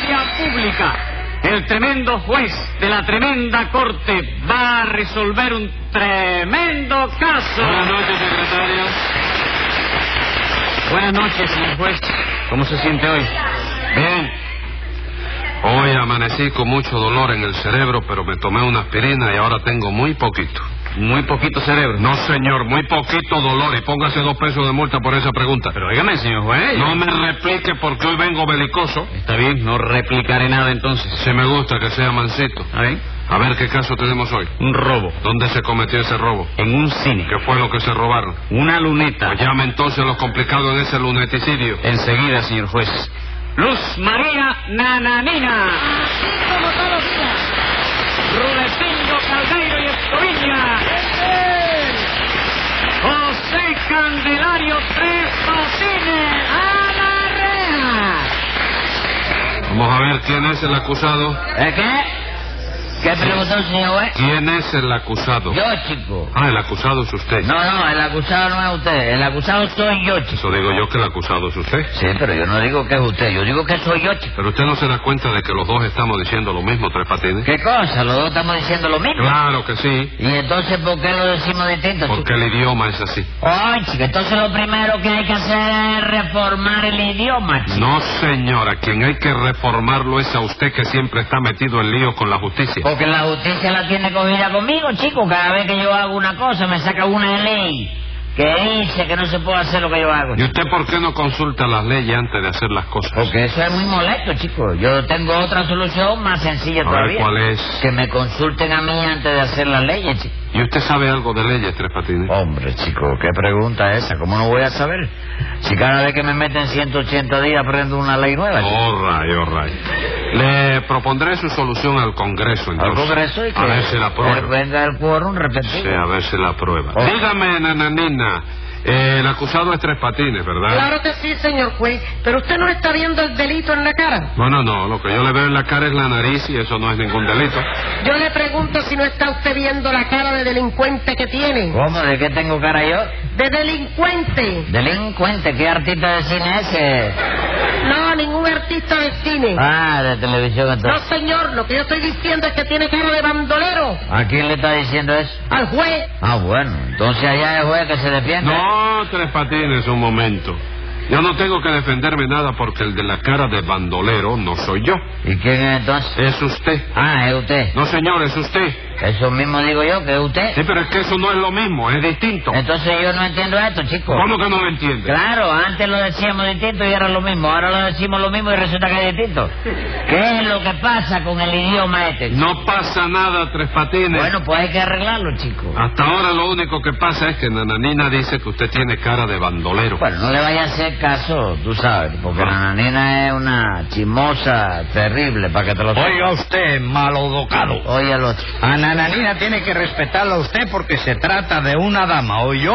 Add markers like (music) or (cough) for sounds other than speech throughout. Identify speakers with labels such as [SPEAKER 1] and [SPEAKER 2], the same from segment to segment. [SPEAKER 1] República, el tremendo juez de la tremenda corte va a resolver un tremendo caso.
[SPEAKER 2] Buenas noches, secretario.
[SPEAKER 1] Buenas noches, señor juez. ¿Cómo se siente hoy?
[SPEAKER 2] Bien. Hoy amanecí con mucho dolor en el cerebro, pero me tomé una aspirina y ahora tengo muy poquito.
[SPEAKER 1] Muy poquito cerebro.
[SPEAKER 2] No, señor, muy poquito dolor y póngase dos pesos de multa por esa pregunta.
[SPEAKER 1] Pero óigame, señor juez.
[SPEAKER 2] No me replique porque hoy vengo belicoso.
[SPEAKER 1] Está bien, no replicaré nada entonces.
[SPEAKER 2] Si me gusta que sea mansito.
[SPEAKER 1] A ver,
[SPEAKER 2] A ver qué caso tenemos hoy.
[SPEAKER 1] un robo
[SPEAKER 2] ¿Dónde se cometió ese robo?
[SPEAKER 1] en un cine.
[SPEAKER 2] ¿Qué fue lo que se robaron?
[SPEAKER 1] Una luneta.
[SPEAKER 2] Pues llame entonces a los complicados en ese luneticidio.
[SPEAKER 1] Enseguida, señor juez. Luz María Nananina.
[SPEAKER 3] Así como todos los días.
[SPEAKER 1] Rudecindo Caldeiro y Escoviña. José Candelario Tres Patines. ¡A la reja!
[SPEAKER 2] Vamos a ver quién es el acusado.
[SPEAKER 4] ¿Eh, ¿Qué? ¿Qué preguntó el señor juez?
[SPEAKER 2] ¿Quién es el acusado?
[SPEAKER 4] Yo, chico.
[SPEAKER 2] Ah, el acusado es usted.
[SPEAKER 4] No, no, el acusado no es usted. El acusado soy yo, chico.
[SPEAKER 2] Eso digo yo que el acusado es usted.
[SPEAKER 4] Sí, pero yo no digo que es usted. Yo digo que soy yo, chico.
[SPEAKER 2] Pero usted no se da cuenta de que los dos estamos diciendo lo mismo, Tres Patines.
[SPEAKER 4] ¿Qué cosa? Los dos estamos diciendo lo mismo.
[SPEAKER 2] Claro que sí,
[SPEAKER 4] ¿Y entonces por qué lo decimos distinto, chico?
[SPEAKER 2] porque el idioma es así.
[SPEAKER 4] Oye, chico, entonces lo primero que hay que hacer es reformar el idioma, chico.
[SPEAKER 2] No, señora, quien hay que reformarlo es a usted que siempre está metido en lío con la justicia.
[SPEAKER 1] Oh.
[SPEAKER 4] Porque la justicia la tiene cogida conmigo, chico. Cada vez que yo hago una cosa, me saca una ley que dice que no se puede hacer lo que yo hago.
[SPEAKER 2] ¿Y usted por qué no consulta las leyes antes de hacer las cosas?
[SPEAKER 4] Porque eso es muy molesto, chico. Yo tengo otra solución más sencilla
[SPEAKER 2] A ver
[SPEAKER 4] todavía.
[SPEAKER 2] cuál es.
[SPEAKER 4] Que me consulten a mí antes de hacer las leyes, chico.
[SPEAKER 2] ¿Y usted sabe algo de leyes, Tres Patines?
[SPEAKER 4] Hombre, chico, qué pregunta esa. ¿Cómo no voy a saber? Si cada vez que me meten 180 días aprendo una ley nueva. chico.
[SPEAKER 2] Oh, ray, oh, ray. Le propondré su solución al Congreso,
[SPEAKER 4] Al
[SPEAKER 2] entonces.
[SPEAKER 4] Congreso y que
[SPEAKER 2] A ver si la
[SPEAKER 4] eh,
[SPEAKER 2] aprueba.
[SPEAKER 4] venga el quórum repetido.
[SPEAKER 2] Sí, a ver si la aprueba.
[SPEAKER 4] Oh.
[SPEAKER 2] Dígame, nananina, eh, el acusado es Tres Patines, ¿verdad?
[SPEAKER 3] Claro que sí, señor juez. Pero usted no está viendo el delito en la cara.
[SPEAKER 2] No, no, no. Lo que yo le veo en la cara es la nariz y eso no es ningún delito.
[SPEAKER 3] Yo le pregunto si no está usted viendo la cara de delincuente que tiene.
[SPEAKER 4] ¿Cómo? ¿De qué tengo cara yo?
[SPEAKER 3] De delincuente.
[SPEAKER 4] Delincuente, ¿qué artista de cine es ese?
[SPEAKER 3] No, ningún artista de cine.
[SPEAKER 4] Ah, de televisión
[SPEAKER 3] No,
[SPEAKER 4] entonces.
[SPEAKER 3] señor, lo que yo estoy diciendo es que tiene cara de bandolero.
[SPEAKER 4] ¿A quién le está diciendo eso?
[SPEAKER 3] Al juez.
[SPEAKER 4] Ah, bueno, entonces allá es juez que se defiende.
[SPEAKER 2] No, Tres Patines, un momento. Yo no tengo que defenderme nada porque el de la cara de bandolero no soy yo.
[SPEAKER 4] ¿Y quién es entonces?
[SPEAKER 2] Es usted.
[SPEAKER 4] Ah, es usted.
[SPEAKER 2] No, señor, es usted.
[SPEAKER 4] Eso mismo digo yo, que es usted.
[SPEAKER 2] Sí, pero es que eso no es lo mismo, es distinto.
[SPEAKER 4] Entonces yo no entiendo esto, chico.
[SPEAKER 2] ¿Cómo que no lo entiende?
[SPEAKER 4] Claro, antes lo decíamos distinto y era lo mismo. Ahora lo decimos lo mismo y resulta que es distinto. ¿Qué es lo que pasa con el idioma este?
[SPEAKER 2] No pasa nada, Tres Patines.
[SPEAKER 4] Bueno, pues hay que arreglarlo, chico.
[SPEAKER 5] Ah.
[SPEAKER 2] Hasta ahora lo único que pasa es que Nananina dice que usted tiene cara de bandolero.
[SPEAKER 4] Bueno, no le vaya a hacer caso, tú sabes, porque la nanina es una chimosa terrible, para que te lo sepas.
[SPEAKER 5] Oiga usted, malodocado.
[SPEAKER 4] Oye al otro.
[SPEAKER 5] A Nananina tiene que respetarla a usted porque se trata de una dama, ¿o yo?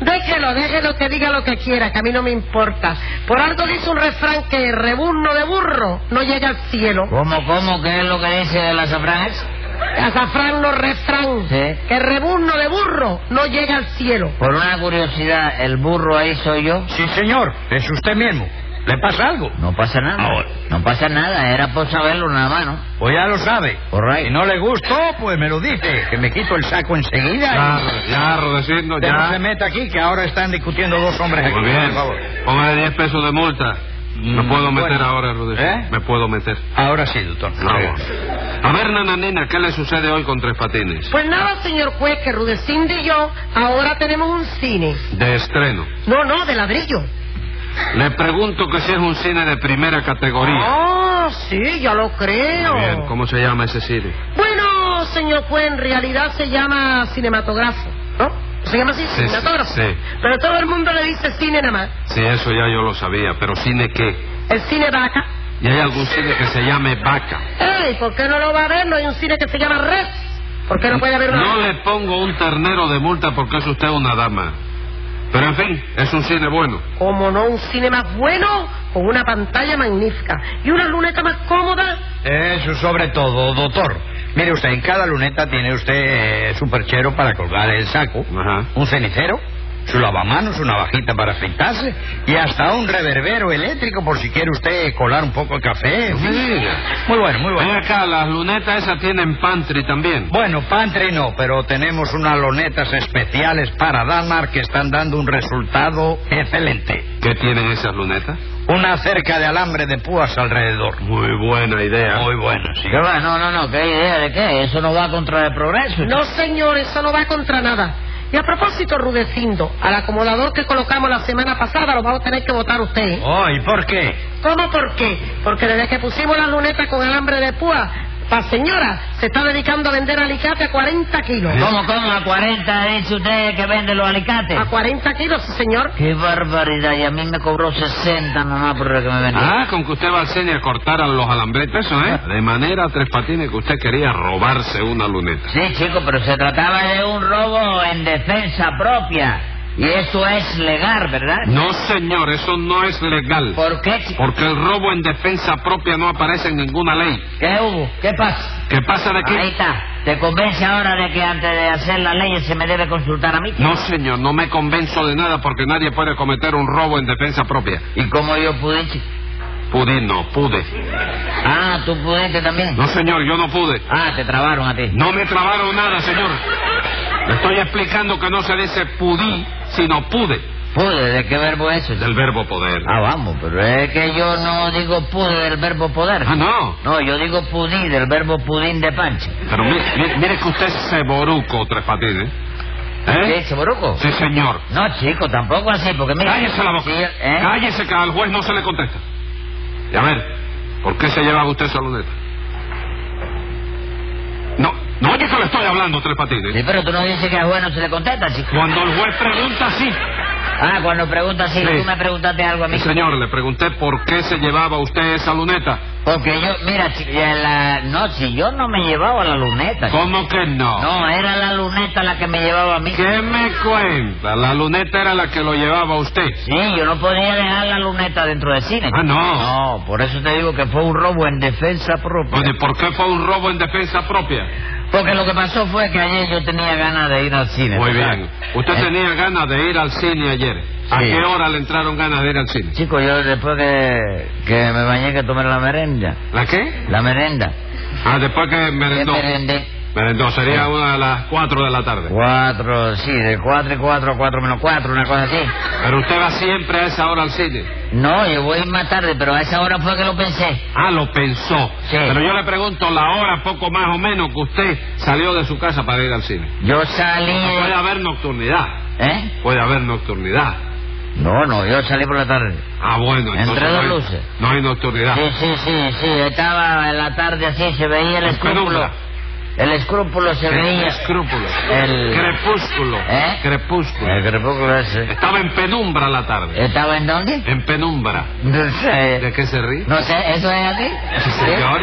[SPEAKER 3] Déjelo, déjelo que diga lo que quiera, que a mí no me importa. Por algo dice un refrán que reburno de burro no llega al cielo.
[SPEAKER 4] ¿Cómo, cómo? ¿Qué es lo que dice el azafrán ese?
[SPEAKER 3] Azafrán no refrán.
[SPEAKER 4] Sí.
[SPEAKER 3] Que reburno de burro no llega al cielo.
[SPEAKER 4] Por una curiosidad, ¿el burro ahí soy yo?
[SPEAKER 5] Sí, señor, es usted mismo. ¿Le pasa algo?
[SPEAKER 4] No pasa nada.
[SPEAKER 5] Ahora.
[SPEAKER 4] No pasa nada, era por saberlo nada más, ¿no?
[SPEAKER 5] Pues ya lo sabe.
[SPEAKER 4] Por ahí.
[SPEAKER 5] Si no le gustó, pues me lo dice, que me quito el saco
[SPEAKER 2] Ya,
[SPEAKER 5] enseguida.
[SPEAKER 2] ya, Rudecindo,
[SPEAKER 5] y- Usted no
[SPEAKER 2] ya.
[SPEAKER 5] se meta aquí, que ahora están discutiendo dos hombres aquí,
[SPEAKER 2] Muy bien.
[SPEAKER 5] por favor.
[SPEAKER 2] Póngale 10 pesos de multa. Me
[SPEAKER 5] Mm,
[SPEAKER 2] puedo meter
[SPEAKER 5] bueno.
[SPEAKER 2] ahora, Rudecindo.
[SPEAKER 5] ¿Eh?
[SPEAKER 2] Me puedo meter.
[SPEAKER 5] Ahora sí, doctor.
[SPEAKER 2] Vamos. A ver, nananina, ¿qué le sucede hoy con Tres Patines?
[SPEAKER 3] Pues nada, señor juez, que Rudecindo y yo ahora tenemos un cine.
[SPEAKER 2] De estreno.
[SPEAKER 3] No, no, de ladrillo.
[SPEAKER 2] Le pregunto que si es un cine de primera categoría.
[SPEAKER 3] Oh, sí, ya lo creo.
[SPEAKER 2] Muy bien, ¿cómo se llama ese cine?
[SPEAKER 3] Bueno, señor juez, en realidad se llama cinematógrafo, ¿no? Se llama así,
[SPEAKER 2] Sí,
[SPEAKER 3] cinematógrafo.
[SPEAKER 2] sí, sí.
[SPEAKER 3] Pero todo el mundo le dice cine nada más.
[SPEAKER 2] Sí, eso ya yo lo sabía, pero ¿cine qué?
[SPEAKER 3] El cine vaca.
[SPEAKER 2] ¿Y hay algún cine que se llame Vaca?
[SPEAKER 3] ¡Ey! ¿Por qué no lo va a ver? No hay un cine que se llama Red. ¿Por qué no puede haber una.?
[SPEAKER 2] No le pongo un ternero de multa porque es usted una dama. Pero en fin, es un cine bueno.
[SPEAKER 3] Como no, un cine más bueno, con una pantalla magnífica y una luneta más cómoda.
[SPEAKER 5] Eso sobre todo, doctor. Mire usted, en cada luneta tiene usted eh, su perchero para colgar el saco,
[SPEAKER 2] Ajá.
[SPEAKER 5] un cenicero su lavamanos, su navajita para afeitarse y hasta un reverbero eléctrico por si quiere usted colar un poco de café. en
[SPEAKER 2] No
[SPEAKER 5] fin.
[SPEAKER 2] me diga.
[SPEAKER 5] Muy bueno, muy
[SPEAKER 2] Ven
[SPEAKER 5] bueno.
[SPEAKER 2] acá, las lunetas esas tienen pantry también.
[SPEAKER 5] Bueno, pantry no, pero tenemos unas lonetas especiales para Dalmar que están dando un resultado excelente.
[SPEAKER 2] ¿Qué tienen esas lunetas?
[SPEAKER 5] Una cerca de alambre de púas alrededor.
[SPEAKER 2] Muy buena idea.
[SPEAKER 5] Muy buena, sí.
[SPEAKER 4] ¿Qué va? ah, No, no, no, ¿qué idea de qué? Eso no va contra el progreso.
[SPEAKER 3] No, señor, eso no va contra nada. Y a propósito, Rudecindo, al acomodador que colocamos la semana pasada lo vamos a tener que votar usted. ¿eh?
[SPEAKER 5] Oh, ¿y por qué?
[SPEAKER 3] ¿Cómo por qué? Porque desde que pusimos las lunetas con alambre de púa, la señora se está dedicando a vender alicate a 40 kilos.
[SPEAKER 4] ¿Cómo, cómo? ¿A 40 dice usted que vende los alicates?
[SPEAKER 3] A 40 kilos, sí, señor.
[SPEAKER 4] Qué barbaridad, y a mí me cobró 60 nomás por lo que me vendió.
[SPEAKER 2] Ah, con que usted va al cine a cortar a los alambretes, eso, ¿eh? De manera tres patines que usted quería robarse una luneta.
[SPEAKER 4] Sí, chico, pero se trataba de un robo en defensa propia. Y eso es legal, ¿verdad?
[SPEAKER 2] No, señor, eso no es legal.
[SPEAKER 4] ¿Por qué, chico?
[SPEAKER 2] Porque el robo en defensa propia no aparece en ninguna ley.
[SPEAKER 4] ¿Qué hubo? ¿Qué pasa?
[SPEAKER 2] ¿Qué pasa de aquí?
[SPEAKER 4] Ahí está. ¿Te convence ahora de que antes de hacer las leyes se me debe consultar a mí?
[SPEAKER 2] No, señor, no me convenzo de nada porque nadie puede cometer un robo en defensa propia.
[SPEAKER 4] ¿Y cómo yo pude, chico?
[SPEAKER 2] Pude, no, pude.
[SPEAKER 4] Ah, ¿tú pudiste también?
[SPEAKER 2] No, señor, yo no pude.
[SPEAKER 4] Ah, te trabaron a ti.
[SPEAKER 2] No me trabaron nada, señor. Le estoy explicando que no se dice pudí, sino pude.
[SPEAKER 4] ¿Pude? ¿De qué verbo es eso?
[SPEAKER 2] Del verbo poder.
[SPEAKER 4] Ah, vamos, pero es que yo no digo pude del verbo poder.
[SPEAKER 2] Ah, no.
[SPEAKER 4] No, yo digo pudí del verbo pudín de pancha.
[SPEAKER 2] Pero mire, mire- mire que usted es ceboruco, Tres Patines. ¿Eh?
[SPEAKER 4] ¿Qué, Chaboruco?
[SPEAKER 2] Sí, señor.
[SPEAKER 4] No, chico, tampoco así, porque mira...
[SPEAKER 2] Cállese la boca.
[SPEAKER 4] Sí, ¿eh?
[SPEAKER 2] Cállese que al juez no se le contesta. Y a ver, ¿por qué se lleva usted esa luneta? No, no oye que le estoy hablando, Tres Patines.
[SPEAKER 4] Sí, pero tú no dices que a juez no se le contesta, chico.
[SPEAKER 2] Cuando el juez pregunta, sí.
[SPEAKER 4] Ah, cuando pregunta así,
[SPEAKER 2] Sí.
[SPEAKER 4] tú me preguntaste algo a mí.
[SPEAKER 2] Sí, señor, le pregunté por qué se llevaba usted esa luneta.
[SPEAKER 4] Porque yo, mira, chico, ya la... no, si yo no me llevaba la luneta. chico.
[SPEAKER 2] ¿Cómo que no?
[SPEAKER 4] No, era la luneta la que me llevaba a mí.
[SPEAKER 2] ¿Qué me cuenta? La luneta era la que lo llevaba usted.
[SPEAKER 4] Sí, yo no podía dejar la luneta dentro del cine.
[SPEAKER 2] Ah, no.
[SPEAKER 4] No, por eso te digo que fue un robo en defensa propia.
[SPEAKER 2] Bueno, ¿y por qué fue un robo en defensa propia?
[SPEAKER 4] Porque lo que pasó fue que ayer yo tenía ganas de ir al cine.
[SPEAKER 2] Muy
[SPEAKER 4] ¿verdad?
[SPEAKER 2] bien. Usted
[SPEAKER 4] Eh,
[SPEAKER 2] tenía ganas de ir al cine ayer. ¿A
[SPEAKER 4] Sí.
[SPEAKER 2] qué hora le entraron ganas de ir al cine?
[SPEAKER 4] Chico, yo después que, que me bañé, que tomé la merenda.
[SPEAKER 2] ¿La qué?
[SPEAKER 4] La merenda.
[SPEAKER 2] Ah, después que
[SPEAKER 4] ¿Qué
[SPEAKER 2] merendó.
[SPEAKER 4] merendé?
[SPEAKER 2] Merendó, sería una de las cuatro de la tarde.
[SPEAKER 4] Cuatro, sí, de cuatro y cuatro a cuatro menos cuatro, una cosa así.
[SPEAKER 2] Pero usted va siempre a esa hora al cine.
[SPEAKER 4] No, yo voy más tarde, pero a esa hora fue que lo pensé.
[SPEAKER 2] Ah, lo pensó.
[SPEAKER 4] Sí.
[SPEAKER 2] Pero yo le pregunto la hora, poco más o menos, que usted salió de su casa para ir al cine. Ah,
[SPEAKER 4] Yo salí...
[SPEAKER 2] Puede haber nocturnidad.
[SPEAKER 4] ¿Eh?
[SPEAKER 2] Puede haber nocturnidad.
[SPEAKER 4] No, no, yo salí por la tarde.
[SPEAKER 2] Ah, bueno,
[SPEAKER 4] Entre
[SPEAKER 2] entonces no
[SPEAKER 4] dos
[SPEAKER 2] hay-
[SPEAKER 4] luces.
[SPEAKER 2] No hay nocturnidad.
[SPEAKER 4] Sí, sí, sí, sí, estaba en la tarde así, se veía el
[SPEAKER 2] En
[SPEAKER 4] escrúpulo.
[SPEAKER 2] penumbra.
[SPEAKER 4] El escrúpulo se
[SPEAKER 2] El
[SPEAKER 4] veía...
[SPEAKER 2] escrúpulo.
[SPEAKER 4] El-
[SPEAKER 2] Crepúsculo.
[SPEAKER 4] ¿Eh?
[SPEAKER 2] Crepúsculo.
[SPEAKER 4] El crepúsculo ese.
[SPEAKER 2] Estaba en penumbra la tarde.
[SPEAKER 4] ¿Estaba en dónde?
[SPEAKER 2] En penumbra.
[SPEAKER 4] No
[SPEAKER 2] ¿De
[SPEAKER 4] sé.
[SPEAKER 2] qué se ríe?
[SPEAKER 4] No sé, ¿eso es así?
[SPEAKER 2] Sí, señor.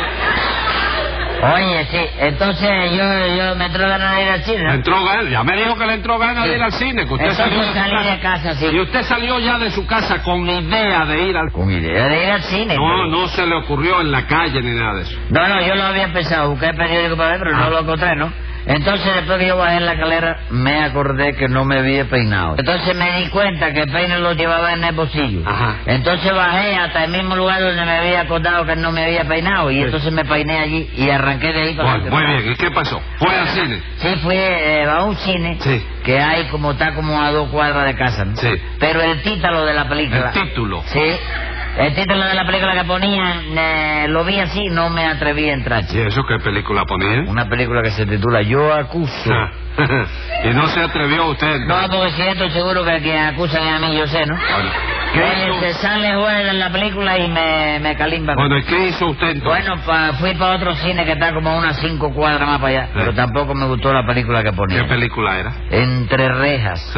[SPEAKER 4] ¿Sí? Oye, sí, entonces yo, yo me entró ganas de ir al
[SPEAKER 2] Le
[SPEAKER 4] cine.
[SPEAKER 2] entró ganas. Ya me dijo que le entró ganas de ir al cine. Que usted
[SPEAKER 4] Entonces
[SPEAKER 2] salió de su
[SPEAKER 4] salí de casa, sí.
[SPEAKER 2] Y usted salió ya de su casa con idea de ir al...
[SPEAKER 4] Con idea de ir al cine.
[SPEAKER 2] No, no se le ocurrió en la calle ni nada de eso.
[SPEAKER 4] No, no, yo lo había pensado, busqué el periódico para ver, pero
[SPEAKER 2] Ah.
[SPEAKER 4] no lo encontré, ¿no? Entonces, después que yo bajé en la calera, me acordé que no me había peinado. Entonces me di cuenta que el peine lo llevaba en el bolsillo.
[SPEAKER 2] Ajá.
[SPEAKER 4] Entonces bajé hasta el mismo lugar donde me había acordado que no me había peinado. Y
[SPEAKER 2] Sí.
[SPEAKER 4] entonces me peiné allí y arranqué de ahí para
[SPEAKER 2] Bueno, muy bien. ¿Y qué pasó? Fue al cine.
[SPEAKER 4] Sí, fui eh, a un cine
[SPEAKER 2] Sí.
[SPEAKER 4] que hay como está como a dos cuadras de casa. ¿no?
[SPEAKER 2] Sí.
[SPEAKER 4] Pero el título de la película.
[SPEAKER 2] El título.
[SPEAKER 4] Sí. El título de la película que ponían, eh, lo vi así, no me atreví a entrar. chico.
[SPEAKER 2] ¿Y eso qué película ponía?
[SPEAKER 4] Una película que se titula Yo acuso.
[SPEAKER 2] Ah, (laughs) y no se atrevió usted.
[SPEAKER 4] (laughs) No, porque si estoy seguro que quien acusan es a mí, yo sé, ¿no?
[SPEAKER 2] Bueno, ¿qué
[SPEAKER 4] Oye,
[SPEAKER 2] hizo-
[SPEAKER 4] se sale juez en la película y me, me calimba.
[SPEAKER 2] bueno, ¿y qué hizo usted entonces?
[SPEAKER 4] Bueno, pa- fui para otro cine que está como a unas cinco cuadras más para allá, pero tampoco me gustó la película que
[SPEAKER 2] ¿Qué
[SPEAKER 4] ponía.
[SPEAKER 2] película era?
[SPEAKER 4] Entre rejas.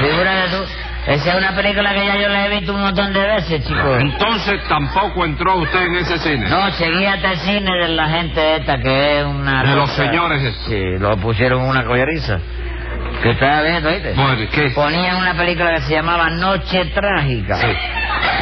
[SPEAKER 4] Figúrate tú, esa es una película que ya yo la he visto un montón de veces, chicos.
[SPEAKER 2] Entonces tampoco entró usted en ese cine.
[SPEAKER 4] No, seguí hasta el cine de la gente esta que es una...
[SPEAKER 2] De los
[SPEAKER 4] cosa-
[SPEAKER 2] señores estos.
[SPEAKER 4] Sí, lo pusieron en una colleriza. Que estaba viendo, ¿oíste?
[SPEAKER 2] Bueno, ¿y ¿qué?
[SPEAKER 4] Ponían una película que se llamaba Noche Trágica.
[SPEAKER 2] Sí.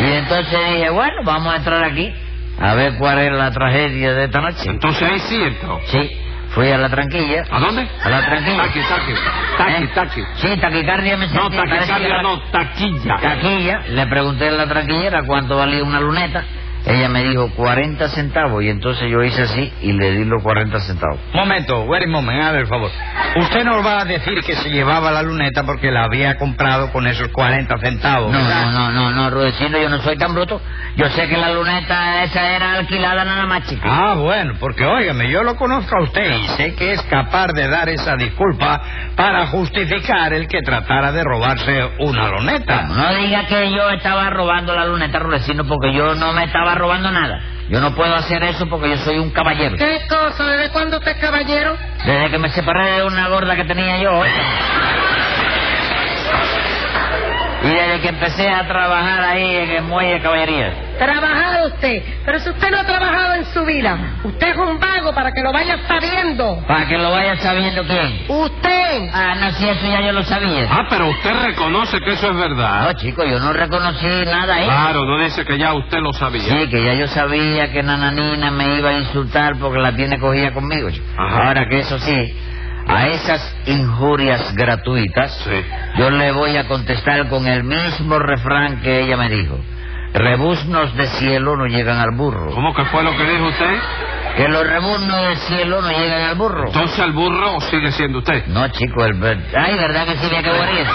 [SPEAKER 4] Y entonces dije, bueno, vamos a entrar aquí a ver cuál es la tragedia de esta noche.
[SPEAKER 2] Entonces ahí sí entró.
[SPEAKER 4] Sí, Fui a la tranquilla.
[SPEAKER 2] ¿A dónde?
[SPEAKER 4] A la tranquilla.
[SPEAKER 2] Taqui, taqui. Taqui,
[SPEAKER 4] ¿Eh?
[SPEAKER 2] taqui.
[SPEAKER 4] Sí, taquicardia me
[SPEAKER 2] No,
[SPEAKER 4] sentí, parecía
[SPEAKER 2] taquicardia,
[SPEAKER 4] la-
[SPEAKER 2] no, taquilla.
[SPEAKER 4] Taquilla, le pregunté a la tranquillera cuánto valía una luneta. Ella me dijo 40 centavos y entonces yo hice así y le di los 40 centavos.
[SPEAKER 5] Momento, wait a moment, a ver, por favor. Usted nos va a decir que se llevaba la luneta porque la había comprado con esos 40 centavos.
[SPEAKER 4] No,
[SPEAKER 5] ¿verdad?
[SPEAKER 4] no, no, no, no, Rudecindo, yo no soy tan bruto. Yo sé que la luneta esa era alquilada nada más, chico.
[SPEAKER 5] Ah, bueno, porque óigame, yo lo conozco a usted y sé que es capaz de dar esa disculpa para justificar el que tratara de robarse una
[SPEAKER 4] Vamos,
[SPEAKER 5] loneta.
[SPEAKER 4] No diga que yo estaba robando la luneta, Rudecindo, porque yo no me estaba robando nada. Yo no puedo hacer eso porque yo soy un caballero.
[SPEAKER 3] ¿Qué cosa? ¿Desde cuándo usted es caballero?
[SPEAKER 4] Desde que me separé de una gorda que tenía yo. oiga. Y desde que empecé a trabajar ahí en el muelle de caballería.
[SPEAKER 3] Trabajado usted. Pero si usted no ha trabajado en su vida, usted es un vago para que lo vaya sabiendo.
[SPEAKER 4] Para que lo vaya sabiendo quién.
[SPEAKER 3] Usted.
[SPEAKER 4] Ah, no, si eso ya yo lo sabía.
[SPEAKER 2] Ah, pero usted reconoce que eso es
[SPEAKER 4] No,
[SPEAKER 2] verdad.
[SPEAKER 4] chico, yo no reconocí nada ahí.
[SPEAKER 2] Claro, no dice que ya usted lo sabía.
[SPEAKER 4] Sí, que ya yo sabía que Nananina me iba a insultar porque la tiene cogida conmigo. chico.
[SPEAKER 2] Ajá.
[SPEAKER 4] Ahora que eso sí, a esas injurias gratuitas,
[SPEAKER 2] Sí.
[SPEAKER 4] yo le voy a contestar con el mismo refrán que ella me dijo. Rebuznos de cielo no llegan al burro.
[SPEAKER 2] ¿Cómo que fue lo que dijo usted?
[SPEAKER 4] Que los rebuznos de cielo no llegan al burro.
[SPEAKER 2] Entonces el burro sigue siendo usted.
[SPEAKER 4] No, chico, el... ver- Ay, ¿verdad que sí? Mira que bonito.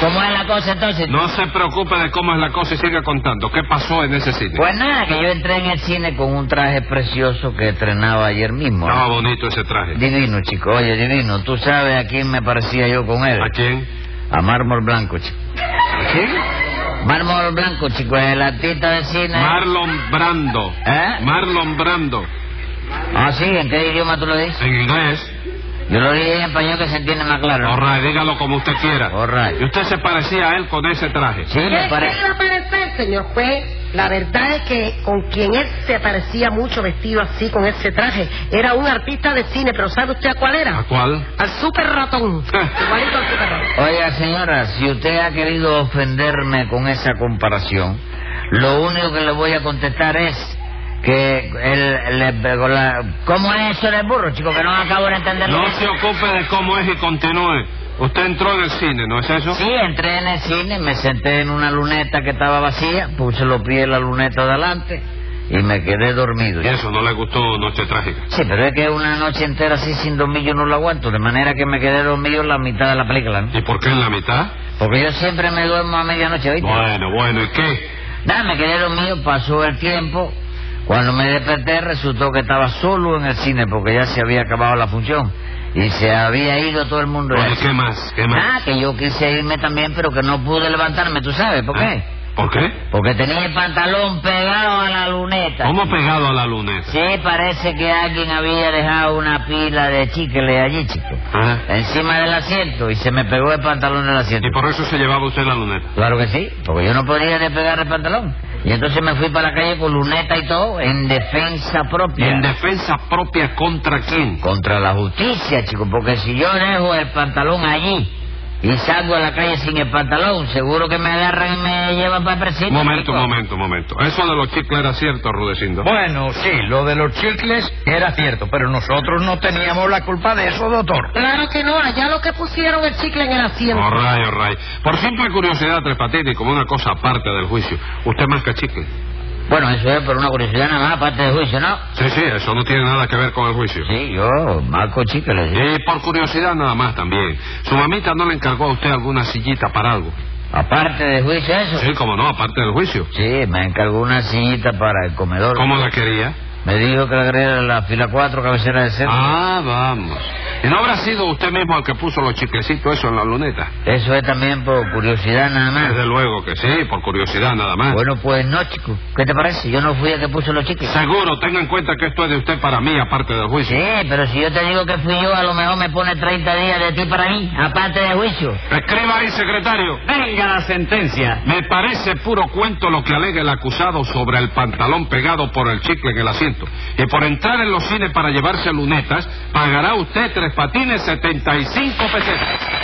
[SPEAKER 4] ¿Cómo es la cosa entonces?
[SPEAKER 2] No se preocupe de cómo es la cosa y siga contando. ¿Qué pasó en ese sitio?
[SPEAKER 4] Pues nada, que yo entré en el cine con un traje precioso que estrenaba ayer mismo.
[SPEAKER 2] Estaba bonito ese traje.
[SPEAKER 4] Divino, chico. Oye, divino. ¿Tú sabes a quién me parecía yo con él?
[SPEAKER 2] ¿A quién?
[SPEAKER 4] A Mármol Blanco, chico.
[SPEAKER 2] ¿A quién?
[SPEAKER 4] Mármol Blanco, chico, el artista de cine.
[SPEAKER 2] Marlon Brando.
[SPEAKER 4] ¿Eh?
[SPEAKER 2] Marlon Brando.
[SPEAKER 4] Ah, sí, ¿en qué idioma tú lo dices?
[SPEAKER 2] En inglés.
[SPEAKER 4] Yo lo dije en español que se entiende más claro.
[SPEAKER 2] All right, dígalo como usted quiera.
[SPEAKER 4] All right.
[SPEAKER 2] Y usted se parecía a él con ese traje.
[SPEAKER 4] Sí,
[SPEAKER 3] ¿Qué
[SPEAKER 4] me
[SPEAKER 3] qué
[SPEAKER 4] parece.
[SPEAKER 3] iba a parecer, señor juez? La verdad es que con quien él se parecía mucho vestido así, con ese traje, era un artista de cine, pero ¿sabe usted a cuál
[SPEAKER 2] ¿A
[SPEAKER 3] era?
[SPEAKER 2] cuál?
[SPEAKER 3] Al super ratón. Igualito al super ratón.
[SPEAKER 4] Oiga, señora, si usted ha querido ofenderme con esa comparación, lo único que le voy a contestar es que el, le- con la- ¿Cómo es eso del burro, chico? Que no acabo de entenderlo.
[SPEAKER 2] No se ocupe de cómo es y continúe. Usted entró en el cine, ¿no es eso?
[SPEAKER 4] Sí, entré en el cine, me senté en una luneta que estaba vacía, puse los pies en la luneta de adelante y me quedé dormido.
[SPEAKER 2] Y eso no le gustó Noche Trágica.
[SPEAKER 4] Sí, pero es que una noche entera así sin dormir yo no lo aguanto, de manera que me quedé dormido en la mitad de la película, ¿no?
[SPEAKER 2] ¿Y por qué en la mitad?
[SPEAKER 4] Porque yo siempre me duermo a medianoche, ¿viste?
[SPEAKER 2] Bueno, bueno, ¿y qué?
[SPEAKER 4] Nada, me quedé dormido, pasó el tiempo. Cuando me desperté resultó que estaba solo en el cine porque ya se había acabado la función y se había ido todo el mundo.
[SPEAKER 2] Bueno,
[SPEAKER 4] del
[SPEAKER 2] ¿y ¿Qué
[SPEAKER 4] cine.
[SPEAKER 2] más? ¿Qué más?
[SPEAKER 4] Ah, que yo quise irme también, pero que no pude levantarme, ¿tú sabes por qué?
[SPEAKER 2] ¿Ah? ¿Por qué?
[SPEAKER 4] Porque tenía el pantalón pegado a la luneta.
[SPEAKER 2] ¿Cómo pegado a la luneta?
[SPEAKER 4] Sí, parece que alguien había dejado una pila de chicle allí, chico.
[SPEAKER 2] Ah.
[SPEAKER 4] Encima del asiento y se me pegó el pantalón del asiento.
[SPEAKER 2] Y por eso se llevaba usted la luneta.
[SPEAKER 4] Claro que sí, porque yo no podía despegar el pantalón. Y entonces me fui para la calle con luneta y todo en defensa propia.
[SPEAKER 2] ¿En defensa propia contra quién?
[SPEAKER 4] Contra la justicia, chico, porque si yo dejo el pantalón allí y salgo a la calle sin el pantalón, seguro que me agarran y me llevan para el
[SPEAKER 2] Un
[SPEAKER 4] precinto.
[SPEAKER 2] momento,
[SPEAKER 4] chico.
[SPEAKER 2] un momento, un momento. Eso de los chicles era cierto, Rudecindo.
[SPEAKER 5] Bueno, sí, lo de los chicles era cierto, pero nosotros no teníamos la culpa de eso, doctor.
[SPEAKER 3] Claro que no, allá lo que pusieron el chicle en el asiento.
[SPEAKER 2] Orray, orray. Por simple curiosidad, Tres Patines, como una cosa aparte del juicio, ¿usted marca chicle?
[SPEAKER 4] Bueno, eso es por una curiosidad nada más, aparte de juicio, ¿no?
[SPEAKER 2] Sí, sí, eso no tiene nada que ver con el juicio.
[SPEAKER 4] Sí, yo marco chicle. sí.
[SPEAKER 2] Y por curiosidad nada más también. ¿Su mamita no le encargó a usted alguna sillita para algo?
[SPEAKER 4] Aparte de juicio eso.
[SPEAKER 2] Sí, como no, aparte del juicio.
[SPEAKER 4] Sí, me encargó una sillita para el comedor.
[SPEAKER 2] ¿Cómo la quería?
[SPEAKER 4] Me dijo que la quería en la fila 4, cabecera de centro.
[SPEAKER 2] Ah, vamos. ¿Y no habrá sido usted mismo el que puso los chiclecitos eso en la luneta?
[SPEAKER 4] Eso es también por curiosidad nada
[SPEAKER 2] Desde
[SPEAKER 4] más.
[SPEAKER 2] luego que sí, por curiosidad nada más.
[SPEAKER 4] Bueno, pues no, chico. ¿Qué te parece? Yo no fui el que puso los chicles.
[SPEAKER 2] Seguro, tenga en cuenta que esto es de usted para mí, aparte del juicio.
[SPEAKER 4] Sí, pero si yo te digo que fui yo, a lo mejor me pone 30 días de ti para mí, aparte de juicio.
[SPEAKER 2] Escriba ahí, secretario.
[SPEAKER 1] Venga la sentencia.
[SPEAKER 2] Me parece puro cuento lo que alega el acusado sobre el pantalón pegado por el chicle en el asiento. Y por entrar en los cines para llevarse lunetas, pagará usted tres patines 75 pesetas.